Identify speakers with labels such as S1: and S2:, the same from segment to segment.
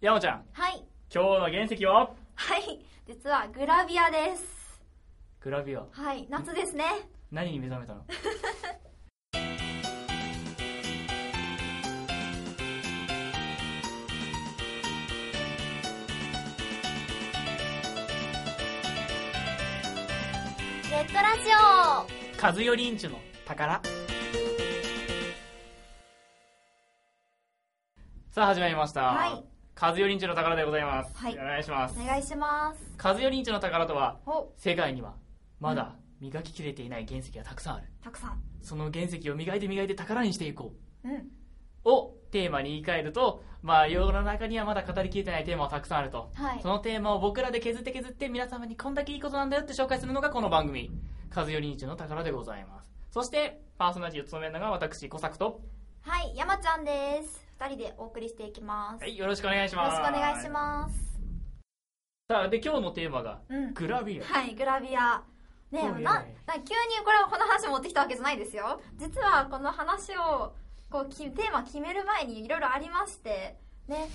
S1: 山ちゃん、
S2: はい。
S1: 今日の原石は
S2: はい。実はグラビアです。
S1: グラビア。
S2: はい。夏ですね。
S1: 何に目覚めたの
S2: ネットラジオ
S1: カズヨリンチュの宝。さあ、始まりました。
S2: はい
S1: カズヨリンチュの宝でございます。
S2: はい
S1: お願いします。
S2: お願いします。
S1: カズヨリンチュの宝とは、
S2: お、
S1: 世界にはまだ磨ききれていない原石がたくさんある。
S2: たくさん。
S1: その原石を磨いて磨いて宝にしていこ
S2: うん。
S1: う。をテーマに言い換えると、まあ、世の中にはまだ語りきれてないテーマはたくさんあると。
S2: はい
S1: そ。のテーマを僕らで削って削って皆様にこんだけいいことなんだよって紹介するのがこの番組「数より日の宝」でございますそしてパーソナリティを務めるのが私小作と
S2: はい。山ちゃんです。二人でお送りしていきます。
S1: は
S2: よ
S1: いよろしくお願いしま
S2: ろ
S1: す
S2: しくお願いします。
S1: さあで今日のテーマが
S2: うん。
S1: グラビア
S2: はい。グラビア。ねえ、
S1: そう
S2: な
S1: ね
S2: な急にこれをこの話持ってきたわけじゃないですよ。実はこの話を、こう、きテーマ決める前にいろいろありまして、ね。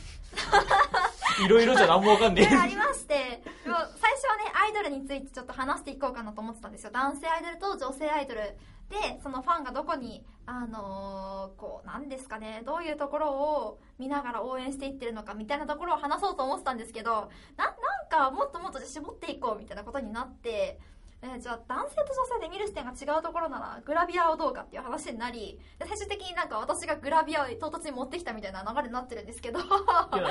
S1: いろいろじゃ何もわかん
S2: い
S1: ね
S2: ろいろありまして、でも最初はね、アイドルについてちょっと話していこうかなと思ってたんですよ。男性アイドルと女性アイドル。で、そのファンがどこに、あのーこう、なんですかね、どういうところを見ながら応援していってるのかみたいなところを話そうと思ってたんですけど、な、なんかもっともっと絞っていこうみたいなことになって、えーじゃあ男性と女性で見る視点が違うところならグラビアをどうかっていう話になりで最終的になんか私がグラビアを唐突に持ってきたみたいな流れになってるんですけど はい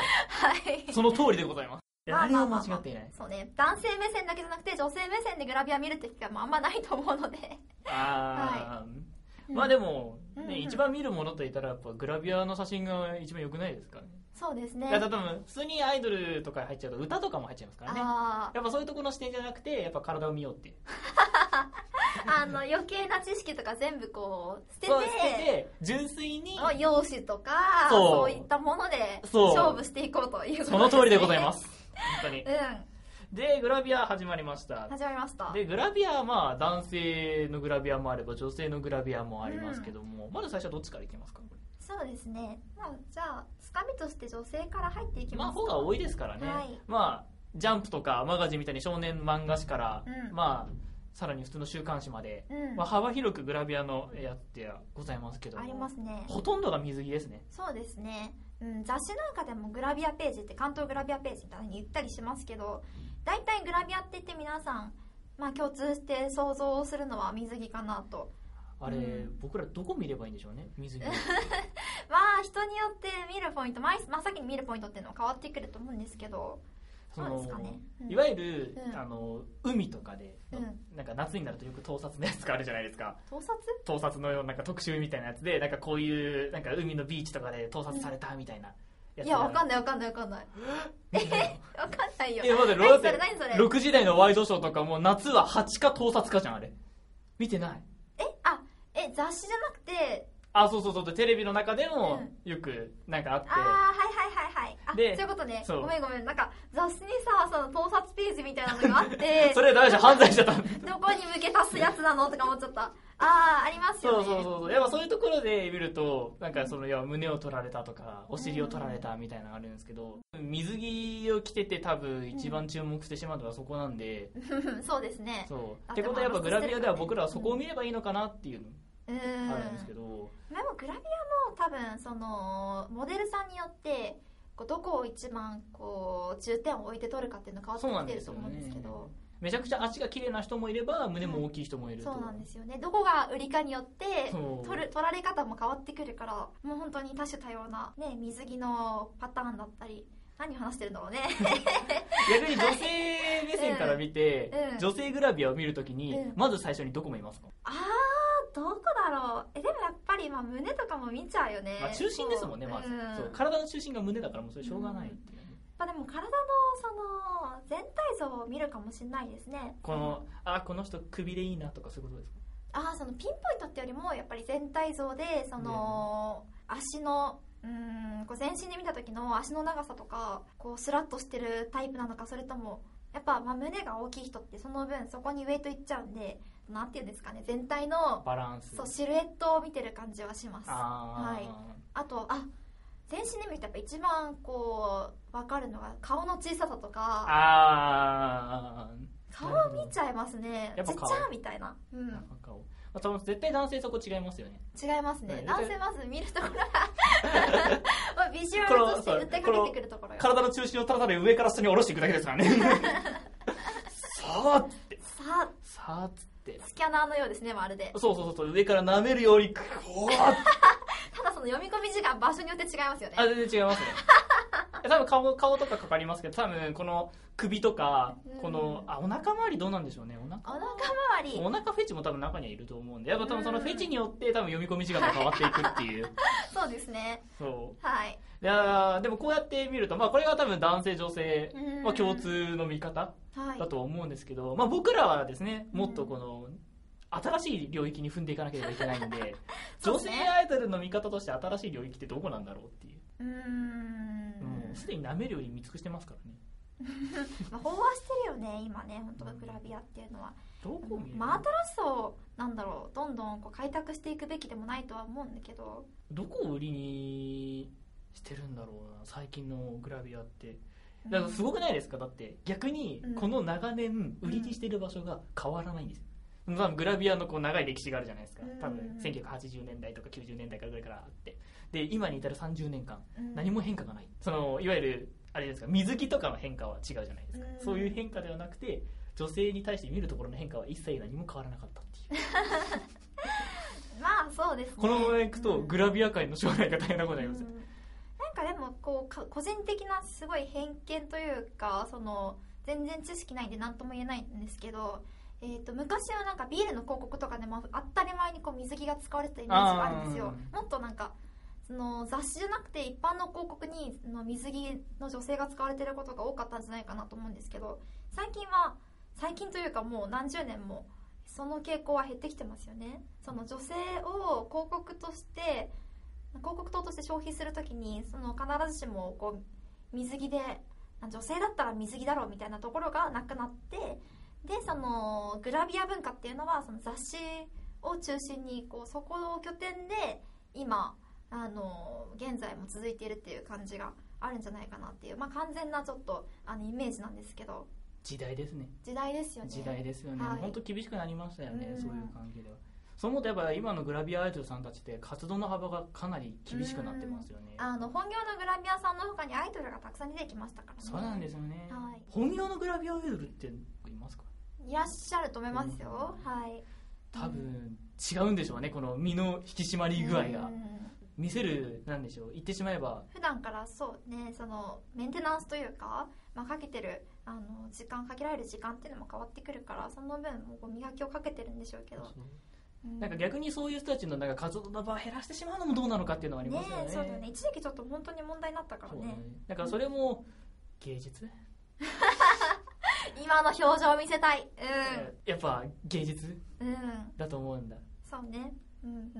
S1: や
S2: い
S1: その通りでございますいや
S2: まあ
S1: 誰
S2: まあ
S1: も
S2: ま
S1: 間
S2: あま
S1: 違
S2: あ
S1: っていない
S2: そうね男性目線だけじゃなくて女性目線でグラビア見るって機会もあんまないと思うので
S1: ああ まあでも
S2: うん
S1: ね一番見るものといったらやっぱグラビアの写真が一番良くないですかね
S2: そうですね
S1: いや多分普通にアイドルとか入っちゃうと歌とかも入っちゃいますからね
S2: あ
S1: やっぱそういうところの視点じゃなくてやっぱ体を見ようっていう
S2: ーあの余計な知識とか全部こう捨てて
S1: そうしてて純粋に
S2: お容姿とか
S1: そう
S2: そういったもので
S1: そう
S2: 勝負していこうということ
S1: その通りでございます す本当に
S2: ね
S1: でグラビア始まりまし
S2: う
S1: た
S2: ん始まりました
S1: でグラビアはまあ男性のグラビアもあれば女性のグラビアもありますけども、まず最初はどっちからいきますかこれ
S2: そうですね、まあ、じゃあつかみとして女性から入っていき
S1: ま
S2: ま
S1: あ
S2: す
S1: 方が多いですからね、
S2: はい
S1: まあジャンプとかマガジンみたいに少年漫画誌から、
S2: うん
S1: まあさらに普通の週刊誌まで、
S2: うん、
S1: まあ、幅広くグラビアのやつってございますけども
S2: ありますね
S1: ほとんどが水着ですね
S2: そうですね、うん、雑誌なんかでもグラビアページって関東グラビアページみたいに言ったりしますけど大体グラビアって言って皆さん、まあ、共通して想像するのは水着かなと
S1: あれ、
S2: うん
S1: 僕らどこ見ればいいんでしょうね水着
S2: まあ人によって見るポイント前真っ先に見るポイントっていうのは変わってくると思うんですけどそうですかね、うん
S1: いわゆる、
S2: うん
S1: あの海とかで、
S2: うん
S1: なんか夏になるとよく盗撮のやつがあるじゃないですか
S2: 盗撮
S1: 盗撮のようななんか特集みたいなやつでなんかこういうなんか海のビーチとかで盗撮されたみたいなやつ
S2: いやわかんないわかんないわかんない
S1: ええ
S2: わかんないよ
S1: え待って
S2: 何それ何それ
S1: 6時台のワイドショーとかもう夏は蜂か盗撮かじゃんあれ見てない
S2: えあえ雑誌じゃなくて
S1: あそうそうそうでテレビの中でも
S2: うん
S1: よくなんかあって、
S2: ああはいはいはいはいあ
S1: で
S2: そういうことね
S1: そう
S2: ごめんごめんなんか雑誌にさその盗撮ページみたいなの があっ て
S1: それ大丈夫犯罪しちゃった
S2: どこに向けたすやつなのとか思っちゃった。ああー、ありますよ
S1: そう
S2: ね。
S1: そうそうそうやっぱそういうところで見るとなんかその要は胸を取られたとかお尻を取られたみたいなのがあるんですけど水着を着てて多分一番注目してしまうのはそこなんで、
S2: そうですね。
S1: そう
S2: あ
S1: ってことはやっぱグラビアでは
S2: でも
S1: 僕らはそこを見ればいいのかなっていうの
S2: うーん。
S1: があるんですけど、
S2: まあでもグラビアも多分、その、モデルさんによって、こうどこを一番こう重点を置いて撮るかっていうの変わ
S1: そうな
S2: っ
S1: ん
S2: てき
S1: で
S2: て
S1: す
S2: ると
S1: よ
S2: 思うんです
S1: ね
S2: けど
S1: めちゃくちゃ足が綺麗な人もいれば胸も大きい人もいると、
S2: そうなんですよねどこが売りかによって
S1: そう
S2: 撮る撮られ方も変わってくるからもう本当に多種多様な、ね、水着のパターンだったり何話してるんだろうね
S1: 逆に女性目線から見て、
S2: うんうん
S1: 女性グラビアを見るときに、
S2: うん
S1: まず最初にどこもいますか、
S2: あーどこだろうえでもやっぱりまあ胸とかも見ちゃうよね、
S1: まあ、中心ですもんね
S2: こう
S1: まず、
S2: うん
S1: そう体の中心が胸だからもうそれしょうがないっていうね、
S2: まあ、でも体のその全体像を見るかもしれないですね
S1: このあこの人くびれいいなとかそういうことですか
S2: あーそのピンポイントってよりもやっぱり全体像でその、足のうーんこう全身で見た時の足の長さとかこうスラッとしてるタイプなのかそれともやっぱまあ胸が大きい人ってその分そこにウエイトいっちゃうんでなんていうんですかね全体の
S1: バランス
S2: そうシルエットを見てる感じはします
S1: あー、
S2: はいあとあ全身で見るとやっぱ一番こう分かるのが顔の小ささとか
S1: あー
S2: 顔見ちゃいますねち
S1: や
S2: っ
S1: っ
S2: ち
S1: ぱ
S2: ゃ
S1: 顔
S2: みたいな、うん、
S1: なんか顔まあ、多分絶対男性そこ違いますよね
S2: 違いますね
S1: ね
S2: 男性まず見ると ころがまあビジュア
S1: こ
S2: ル
S1: の
S2: として訴えかけてくるところが
S1: 体の中心をただで上から下に下ろしていくだけです からねさあ
S2: さあ
S1: さあっつって
S2: スキャナーのようですねまるで
S1: そうそうそうそう上から舐めるようにこう
S2: ただその読み込み時間場所によって違いますよね
S1: あ全然違いますね多分顔顔とかかかりますけど多分この首とか
S2: うん
S1: この、あお腹周りどうなんでしょうねお腹
S2: お腹周り
S1: お腹フェチも多分中にはいると思うんでやっぱ多分そのフェチによって多分読み込み時間が変わっていくって いう
S2: そうですね
S1: そう
S2: はい
S1: いやーでもこうやって見るとまあこれが多分男性女性
S2: うん
S1: まあ共通の見方
S2: はい
S1: だと思うんですけど、まあ、僕らはですねもっとこの新しい領域に踏んでいかなければいけないんで
S2: そう
S1: 女
S2: です
S1: 性
S2: ね
S1: アイドルの見方として新しい領域ってどこなんだろうっていう
S2: うーん
S1: もうすでに舐めるより見尽くしてますからね
S2: まあ飽和してるよね今ね本当グラビアっていうのは
S1: どこ見る
S2: 真新しさをなんだろうどんどんこう開拓していくべきでもないとは思うんだけど
S1: どこを売りにしてるんだろうな最近のグラビアって
S2: うん
S1: だからすごくないですかだって逆に
S2: うん
S1: この長年売りにしてる場所が変わらないんですよ多分グラビアのこう長い歴史があるじゃないですか多
S2: うん
S1: 分1980年代とか90年代からぐらいからあってで今に至る30年間
S2: うん
S1: 何も変化がないそのいわゆるあれですか水着とかの変化は違うじゃないですか、
S2: うん
S1: そういう変化ではなくて女性に対して見るところの変化は一切何も変わらなかったっていう
S2: まあそうですね
S1: このままいくと
S2: うん
S1: グラビア界の将来が大変なことになりますよ、
S2: うんなんかでもこうか個人的なすごい偏見というかその全然知識ないんで何とも言えないんですけど、えー、と昔はなんかビールの広告とかでも当たり前にこう水着が使われてたイメージがあるんですよもっとなんかその雑誌じゃなくて一般の広告にその水着の女性が使われてることが多かったんじゃないかなと思うんですけど最近は最近というかもう何十年もその傾向は減ってきてますよねその女性を広告として広告塔として消費するときにその必ずしもこう水着で女性だったら水着だろうみたいなところがなくなってでそのグラビア文化っていうのはその雑誌を中心にこうそこを拠点で今あの現在も続いているっていう感じがあるんじゃないかなっていう、まあ、完全なちょっとあのイメージなんですけど
S1: 時代ですね
S2: 時代ですよね
S1: 時代ですよね
S2: はい
S1: 本当、厳しくなりましたよね、
S2: うん
S1: そういう関係ではそう思うとやっぱ今のグラビアアイドルさんたちって活動の幅がかなり厳しくなってますよね、
S2: あの本業のグラビアさんの他にアイドルがたくさん出てきましたからね
S1: そうなんですよね、
S2: はい
S1: 本業のグラビアアイドルっていますか
S2: いらっしゃると思いますよ、はい
S1: 多分違うんでしょうねこの身の引き締まり具合が、
S2: うん
S1: 見せるなんでしょう言ってしまえば
S2: 普段からそうねそのメンテナンスというか、まあ、かけてるあの時間限られる時間っていうのも変わってくるからその分もう磨きをかけてるんでしょうけど、うん
S1: なんか逆にそういう人たちのなんか活動の場を減らしてしまうのもどうなのかっていうのはありますよね
S2: ねえそうだね一時期ちょっと本当に問題になったから
S1: そう
S2: ね
S1: ねだからそれも芸術、
S2: 今の表情を見せたい
S1: やっぱ芸術
S2: うんうん
S1: だと思うんだ
S2: そうねうんうん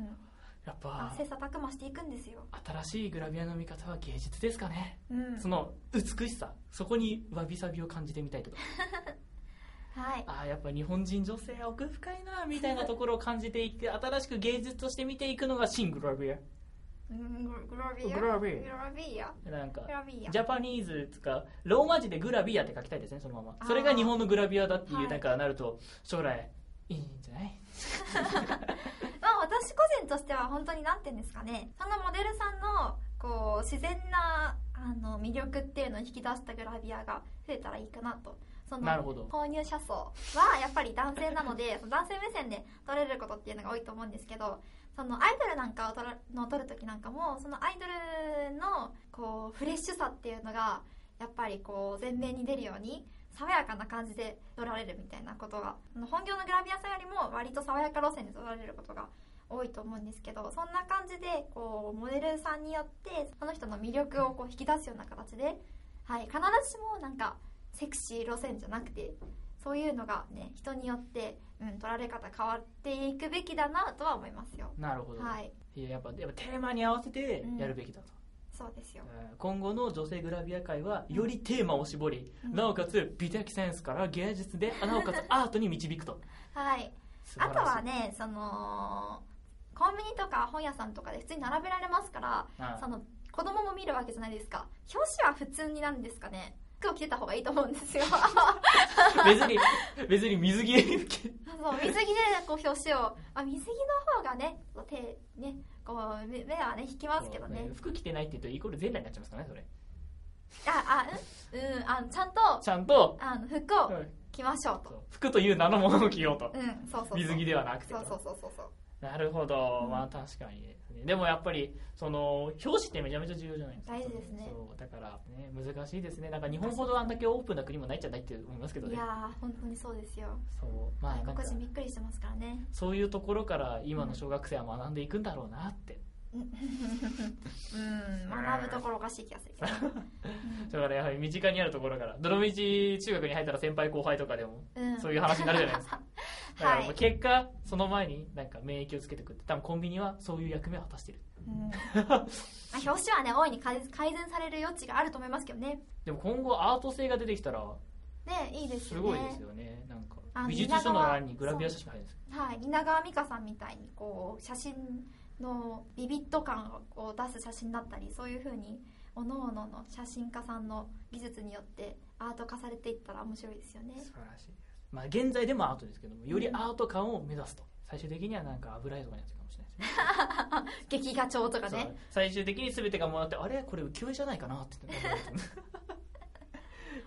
S1: やっ
S2: あ
S1: ぱ
S2: 切磋琢磨していくんですよ
S1: 新しいグラビアの見方は芸術ですかね、
S2: うん
S1: その美しさそこにわびさびを感じてみたいと か
S2: はい
S1: ああやっぱ日本人女性は奥深いなみたいなところを感じていって新しく芸術として見ていくのが新グラビア
S2: うんググラビア
S1: グラビ
S2: グラビア
S1: アなんか
S2: グラビア
S1: ジャパニーズとかローマ字でグラビアって書きたいですねそのまま
S2: あー
S1: それが日本のグラビアだって
S2: はいいう
S1: なんかなると将来いいんじゃない
S2: まあ私個人としては本当に何て言うんですかねそのモデルさんのこう自然なあの魅力っていうのを引き出したグラビアが増えたらいいかなとそ
S1: なる
S2: の
S1: ほど
S2: 購入者層はやっぱり男性なので その男性目線で撮れることっていうのが多いと思うんですけどそのアイドルなんかを撮るのを撮る時なんかもそのアイドルのこうフレッシュさっていうのがやっぱりこう前面に出るように爽やかな感じで撮られるみたいなことがあの本業のグラビアさんよりも割と爽やか路線で撮られることが多いと思うんですけどそんな感じでこうモデルさんによってその人の魅力をこう引き出すような形で、はい、必ずしもなんかセクシー路線じゃなくてそういうのがね人によって、うん、取られ方変わっていくべきだなとは思いますよ。
S1: なるほど、
S2: はい
S1: い、ややっぱやっぱテーマに合わせてやるべきだと、
S2: そうですよ、
S1: うん今後の女性グラビア界はよりテーマを絞り、
S2: うん
S1: なおかつ美的センスから芸術でなおかつアートに導くと
S2: はい、
S1: 素
S2: あ
S1: 晴
S2: とは
S1: らしい
S2: ねそのコンビニとか本屋さんとかで普通に並べられますから
S1: あ
S2: その子供も見るわけじゃないですか表紙は普通になんですかね服を着てた方がいいと思うんです よ
S1: 別に、別に水着に着
S2: そう水着でこう表紙をあ水着の方がね手ねこう目目はね引きますけどね
S1: 服着てないって言うとイコール全裸になっちゃいますからね、それ。
S2: ああうん、うん、あのちゃんと
S1: ちゃんと、
S2: あの服を
S1: うん
S2: 着ましょうと
S1: そう服という名のものを着ようと。
S2: うんそうそうそう
S1: 水着ではなくて
S2: そ
S1: と
S2: うそうそうそうそう
S1: なるほど、
S2: うん
S1: まあ確かにですねでもやっぱりその表紙ってめちゃめちゃ重要じゃないですか
S2: 大事ですね
S1: そうだから、ね、難しいですねなんか日本ほどあんだけオープンな国もないんじゃないって思いますけど
S2: い
S1: ね
S2: やー本当にそうですよ
S1: そうまあなん
S2: 外
S1: か
S2: 国人びっくりしてますからね
S1: そういうところから今の小学生は学んでいくんだろうなって、
S2: うん学ぶところおかしい気がするけ ど、
S1: だからやはり身近にあるところからどのみち中学に入ったら先輩後輩とかでも
S2: うん、
S1: そういう話になるじゃないですか、だからも
S2: は
S1: う
S2: い
S1: 結果その前になんか免疫をつけていくって多分コンビニはそういう役目を果たしてる
S2: うん まあ、表紙はね大いに改改善される余地があると思いますけどね
S1: でも今後アート性が出てきたら
S2: ねいいです
S1: す
S2: よね
S1: ごいですよねなんか
S2: あの
S1: 美術書の欄にグラビア写真が入るんですよ
S2: はい、蜷川美香さんみたいにこう写真のビビッド感を出す写真だったりそういうふうに各々の写真家さんの技術によってアート化されていったら面白いですよね
S1: 素晴らしいです、まあ、現在でもアートですけどもよりアート感を目指すと最終的にはなんか油絵とかになってるかもしれないですね
S2: 劇画調とか
S1: そ
S2: ね
S1: う最終的に全てがもらってあれこれ浮世絵じゃないかなって言って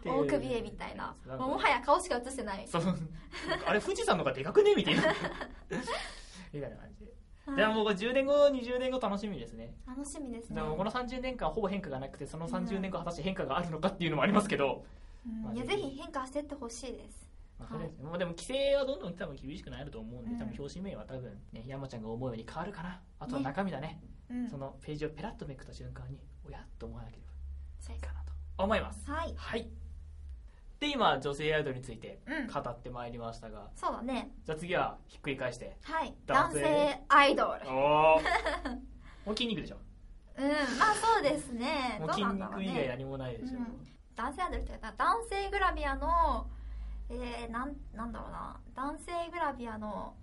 S2: 大首絵みたいな
S1: なんか
S2: もうもはや顔しか写してない
S1: そうあれ富士山の方がでかくねみたいな みたいな感じでじゃあもうこれ10年後20年後楽しみですね
S2: 楽しみです
S1: で
S2: ね、
S1: もこの30年間はほぼ変化がなくてその30年後果たして変化があるのかっていうのもありますけど、
S2: うん、いやぜひ変化してってほしいです
S1: まあ、そうですねもうでも規制はどんどん多分厳しくなると思うんで、
S2: うん
S1: 多分表紙名は多分ね山ちゃんが思うように変わるかなあとは
S2: ね
S1: 中身だね
S2: うん
S1: そのページをペラッとめくった瞬間におやっと思わなけれ
S2: そ
S1: ば
S2: う
S1: い
S2: で
S1: いかなと思います
S2: すはい
S1: はいで今女性アイドルについて
S2: うん
S1: 語ってまいりましたが、
S2: そうだね
S1: じゃあ次はひっくり返して
S2: はい
S1: 男
S2: 男
S1: 性
S2: 性アイドル
S1: おお もう筋肉でしょ
S2: うんまあそうですね
S1: もう
S2: どう
S1: 筋
S2: なんだろう
S1: 肉以外
S2: ね
S1: 何もないでしょ、
S2: 男性アイドルというか男性グラビアのえー、なんなんだろうな男性グラビアの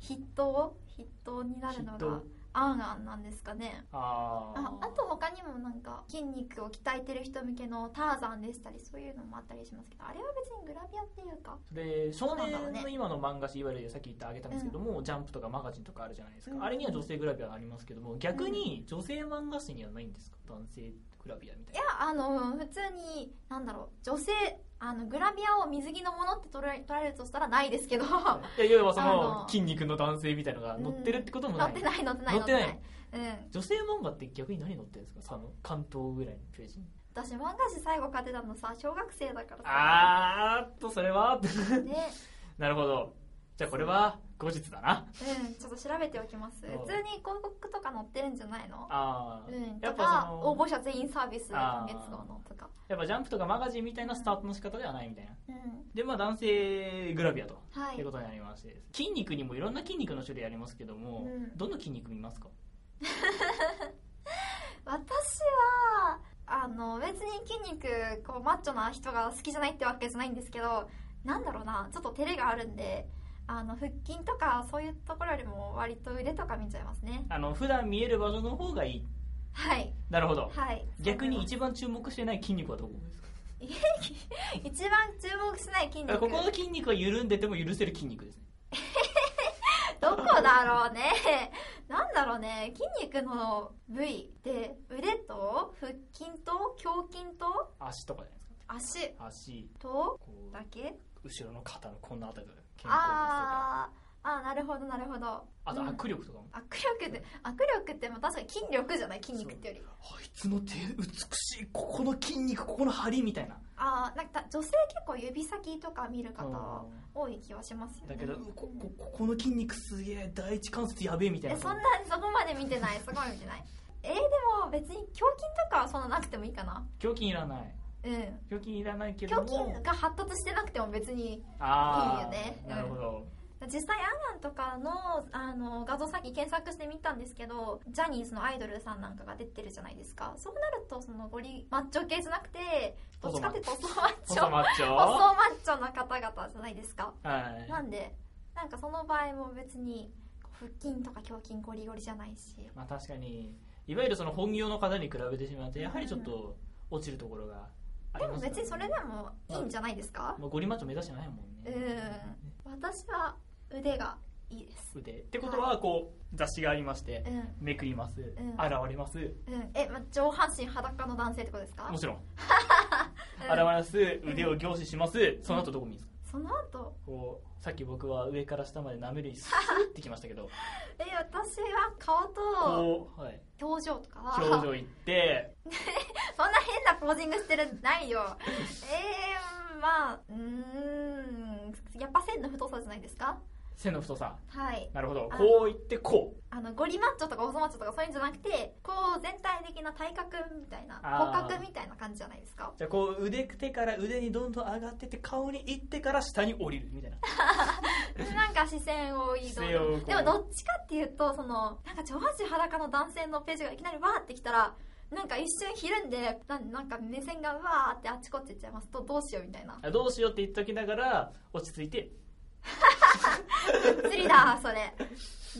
S2: 筆頭筆頭になるの
S1: 筆頭
S2: がアンアンなんですかね
S1: あー
S2: ああと他にもなんか筋肉を鍛えてる人向けのターザンでしたりそういうのもあったりしますけどあれは別にグラビアっていうか
S1: それ少年
S2: そうなんだろう
S1: の今の漫画誌いわゆるさっき言ったあげたんですけども、ジャンプとかマガジンとかあるじゃないですか、
S2: うん
S1: あれには女性グラビアがありますけども逆に女性漫画誌にはないんですか男性グラビアみたい
S2: いやあの普通になんだろう女性あのグラビアを水着のものって捉え捉えるとしたらないです けど
S1: な、いやいわばそ
S2: あ
S1: の
S2: の
S1: 筋肉の男性みたいのが乗ってるってことも
S2: 乗
S1: ない、
S2: ってない乗ってない
S1: 乗ってない
S2: うん
S1: 女性漫画って逆に何乗ってるんですかその関東ぐらいのページに
S2: 私漫画誌最後買ってたのさ小学生だからさ
S1: あーっとそれは
S2: ね
S1: なるほどじゃあこれは後日だな
S2: うんちょっと調べておきます
S1: そう
S2: 普通に広告とか載ってるんじゃないの
S1: あー、
S2: うん
S1: や
S2: と
S1: っぱ
S2: か
S1: そ
S2: 応
S1: の
S2: 募者全員サービス今月号のとか
S1: やっぱジャンプとかマガジンみたいなスタートの仕方ではないみたいな
S2: うん
S1: でまあ男性グラビアと
S2: は
S1: とい
S2: いう
S1: ことになりまして筋肉にもいろんな筋肉の種類ありますけども、
S2: うん
S1: どの筋肉見ますか
S2: 私はあの別に筋肉こうマッチョな人が好きじゃないってわけじゃないんですけどなんだろうなちょっと照れがあるんであの腹筋とかそういうところよりも割と腕とか見ちゃいますね
S1: あの普段見える場所の方がいい
S2: はい
S1: なるほど
S2: はい
S1: 逆に一番注目してない筋肉はどこですか
S2: 一番注目しない筋
S1: あ
S2: 肉
S1: ここの筋肉は緩んでても許せる筋肉ですね
S2: どこだろうねなんだろうね筋肉の部位って腕と腹筋と胸筋と
S1: 足とかじゃないです
S2: 足
S1: か足
S2: と
S1: こ
S2: だけ
S1: う後ろの肩のこんなあたりとか肩甲骨とか
S2: あーあーなるほどなるほど
S1: あと
S2: うん
S1: 握力とかも、
S2: 握力で握力ってもう確かに筋力じゃない筋肉ってより
S1: あいつの手美しいここの筋肉ここの張りみたいな
S2: ああなんか女性結構指先とか見る方多い気はしますよね
S1: だけどうここここの筋肉すげえ第一関節やべえみたい
S2: え
S1: な
S2: そんなそこまで見てないそこまで見てないえー、でも別に胸筋とかはそんななくてもいいかな
S1: 胸筋いらない
S2: うん
S1: 胸筋いらないけど
S2: 胸
S1: も
S2: 筋が発達してなくても別に
S1: ああ
S2: いいよねうん
S1: なるほど、
S2: 実際アンアンとかのあの画像さっき検索してみたんですけどジャニーズのアイドルさんなんかが出てるじゃないですかそうなるとそのゴリマッチョ系じゃなくてどっちかっていうと細マッチ
S1: 細
S2: ョ
S1: マッチョ
S2: 細マッチョな方々じゃないですか
S1: はい
S2: なんでなんかその場合も別に腹筋とか胸筋ゴリゴリじゃないし
S1: まあ確かにいわゆるその本業の方に比べてしまうとやはりちょっと落ちるところがあ
S2: で
S1: り
S2: も
S1: ますから
S2: 別にそれでもいいんじゃないですか
S1: まあ、ゴリマッチョ目指してないもん
S2: う
S1: ね
S2: ん私は腕がいいです
S1: 腕ってことはこう雑誌がありまして
S2: うん
S1: めくります、
S2: ん
S1: 現れます
S2: うんえ、ま、上半身裸の男性ってことですか
S1: もちろん
S2: うん
S1: 現れます腕を凝視しますその後どこ見ますか
S2: その後
S1: こうさっき僕は上から下まで舐めるにスーってきましたけど
S2: え私は顔と
S1: こう、はい、
S2: 表情とかは
S1: 表情いって
S2: そんな変なポージングしてるないよ えー、まあうーんやっぱ線の太さじゃないですか
S1: 背の太さ
S2: はい
S1: なるほど
S2: あ
S1: こういってこう
S2: あのゴリマッチョとか細マッチョとかそういうんじゃなくてこう全体的な体格みたいな
S1: あー
S2: 骨格みたいな感じじゃないですか
S1: じゃあこう腕手から腕にどんどん上がってって顔に行ってから下に降りるみたいな
S2: なんか視線を移
S1: 視線をこ
S2: 動
S1: う
S2: でもどっちかっていうとそのなんか上半身裸の男性のページがいきなりわーってきたらなんか一瞬ひるんでなんなんか目線がわーってあっちこっち行っちゃいますとどうしようみたいな
S1: あどうしようって言っときながら落ち着いて
S2: 釣り だそれ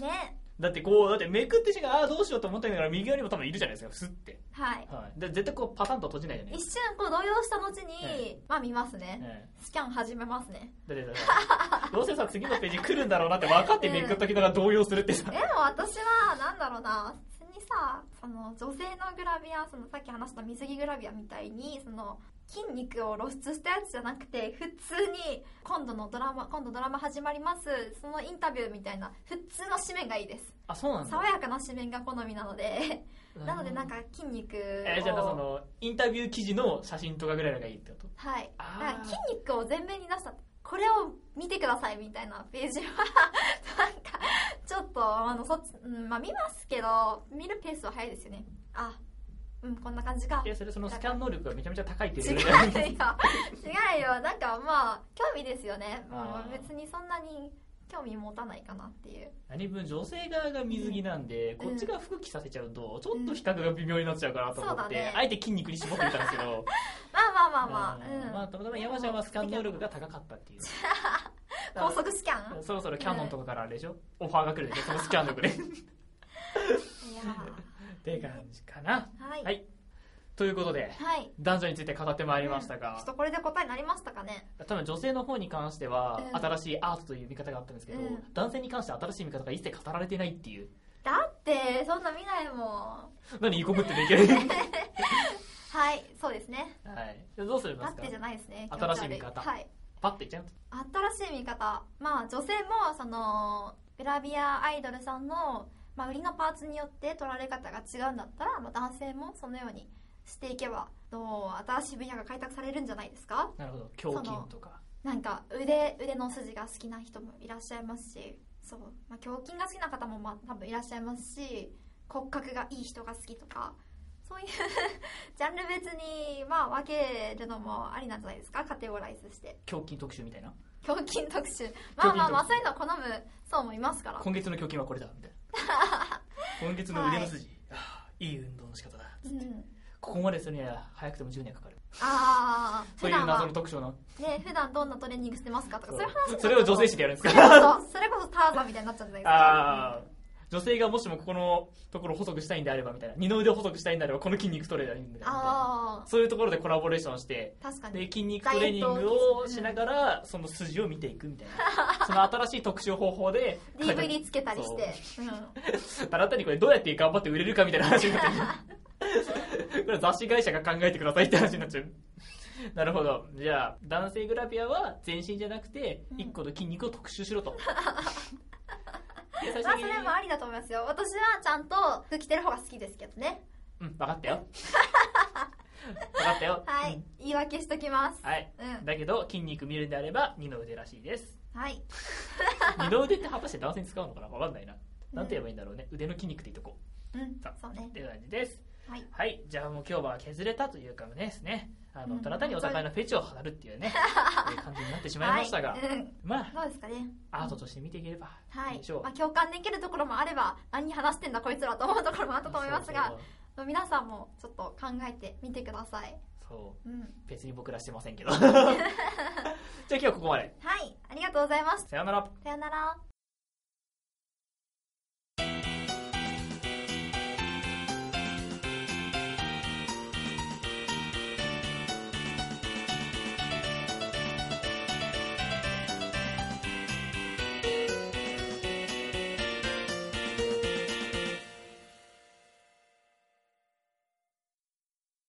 S2: ね
S1: だってこうだってめくってしがああどうしようと思ったんだから右側にも多分いるじゃないですかスッて、
S2: はい
S1: はい、で絶対こうパタンと閉じないじゃない
S2: 一
S1: です
S2: 瞬こう動揺した後に、
S1: え
S2: まあ見ます
S1: か、
S2: ね
S1: ええ
S2: スキャン始めますね
S1: だってさどうせさ次のページ来るんだろうなって分かってめくっときながら動揺するってさ
S2: でも私はなんだろうな普通にさその女性のグラビアそのさっき話した水着グラビアみたいにその筋肉を露出したやつじゃなくて普通に今度のドラマ今度ドラマ始まりますそのインタビューみたいな普通の紙面がいいです
S1: あそうなんだ
S2: 爽やかな紙面が好みなのでなのでなんか筋肉を、
S1: えーじゃあそのインタビュー記事の写真とかぐらいのがいいってこと
S2: はいだ
S1: あー
S2: から筋肉を前面に出したこれを見てくださいみたいなページは なんかちょっとあのそっち、うんまあ、見ますけど見るペースは早いですよねあうんこんな感じか
S1: い
S2: 違う
S1: やそれそのスキャン能力がめちゃめちゃ高いっていう
S2: よ違う
S1: レ
S2: よ
S1: ベルだね
S2: なんかまあ興味ですよね、
S1: あ
S2: うん、
S1: ー
S2: 別にそんなに興味持たないかなっていう
S1: 何分女性側が水着なんで、
S2: うん
S1: こっちが服着させちゃうとちょっと比較が微妙になっちゃうかなと思
S2: うんそ
S1: っ
S2: う
S1: て、
S2: だね
S1: あえて筋肉に絞ってみたんですけど
S2: まあ まあまあまあ、
S1: うん
S2: うん
S1: まあたまたま山ちゃんはスキャン能力が高かったっていう
S2: 高速スキャン
S1: そろそろキャノンとかからあれでしょオファーが来るでしょそのスキャン力でっ
S2: いや
S1: て感じかな
S2: ーは い
S1: はいということで
S2: はい
S1: 男女について語ってまいりました
S2: うんちょっ
S1: が、
S2: とこれで答えになりましたかね
S1: 多分女性の方に関しては
S2: うん
S1: 新しいアートという見方があったんですけど、
S2: うん
S1: 男性に関しては新しい見方が一切語られてないっていう
S2: だってそんな見ないもん
S1: 何イコブってでき る
S2: はいそうですね
S1: はいどうするんで
S2: だ
S1: す
S2: っ
S1: か
S2: てじゃないですね
S1: 新しい見方
S2: はい
S1: パッていっちゃう
S2: 新しい見方まあ女性もそのグラビアアイドルさんの、まあ、売りのパーツによって取られ方が違うんだったら、まあ、男性もそのようにしていけばどう新しい分野が開拓されるんじゃないですか
S1: なるほど胸筋とか
S2: なんか腕腕の筋が好きな人もいらっしゃいますしそう、まあ、胸筋が好きな方もまあ多分いらっしゃいますし骨格がいい人が好きとかそういう ジャンル別にまあ分けるのもありなんじゃないですかカテゴライズして
S1: 胸筋特集みたいな
S2: 胸筋特集まあまあまあ
S1: 胸筋特集
S2: そういうの好む層もいますから
S1: 今月の胸筋はこれだみたいな今月の腕の筋、あーいい運動の仕方だ
S2: うん
S1: ここまでするには早くても10年かかる
S2: ああ
S1: そ
S2: 普
S1: ういう
S2: 段
S1: 謎
S2: は
S1: の特徴の
S2: ね普段どんなトレーニングしてますかとかそういう話
S1: そうそれを女性誌でやるんですか
S2: そうそれこそターザンみたいになっちゃうんじゃないですか
S1: ああ女性がもしもここのところ細くしたいんであればみたいな二の腕を細くしたいんであればこの筋肉トレーニングだみたいな
S2: あ
S1: そういうところでコラボレーションして
S2: ー確か
S1: で
S2: に
S1: 筋肉トレーニングをしながらその筋を見ていくみたいな その新しい特集方法で
S2: DVD つけたりして うん
S1: あなたにこれどうやって頑張って売れるかみたいな話になってるこれ雑誌会社が考えてくださいって話になっちゃうなるほどじゃあ男性グラビアは全身じゃなくて
S2: うん
S1: 1個の筋肉を特集しろ と、で最終
S2: まあ
S1: 的
S2: そ
S1: に
S2: れもありだと思いますよ私はちゃんと服着てる方が好きですけどね
S1: うん分か ったよ分かったよ
S2: はい、
S1: うん
S2: 言い訳しときます
S1: はい
S2: うん
S1: だけど筋肉見るんであれば二の腕らしいです
S2: はい
S1: 二の腕って果たして男性に使うのかなわかんないな。なんて言え
S2: ば
S1: ばいいんだろうね。腕の筋肉っていいとこ。
S2: うん
S1: さ
S2: そうね
S1: って感じです。
S2: はい
S1: はい。じゃあもう今日は削れたというかね、ですね。あの、
S2: うん
S1: ただ単にお互いのフェチを語るっていう ね、そういう感じになってしまいましたが、
S2: はいうん、
S1: まあ、
S2: どうですかね
S1: アートとして見ていければ
S2: はい
S1: い
S2: い
S1: でしょう。
S2: まあ、共感できるところもあれば何話してんだこいつらと思うところもあったと思いますが
S1: そう
S2: まあ皆さんもちょっと考えてみてください、
S1: そうそう。
S2: うん、
S1: 別に僕ら してませんけど。じゃあ今日はここまで。
S2: はいありがとうございます
S1: さようなら。
S2: さよなら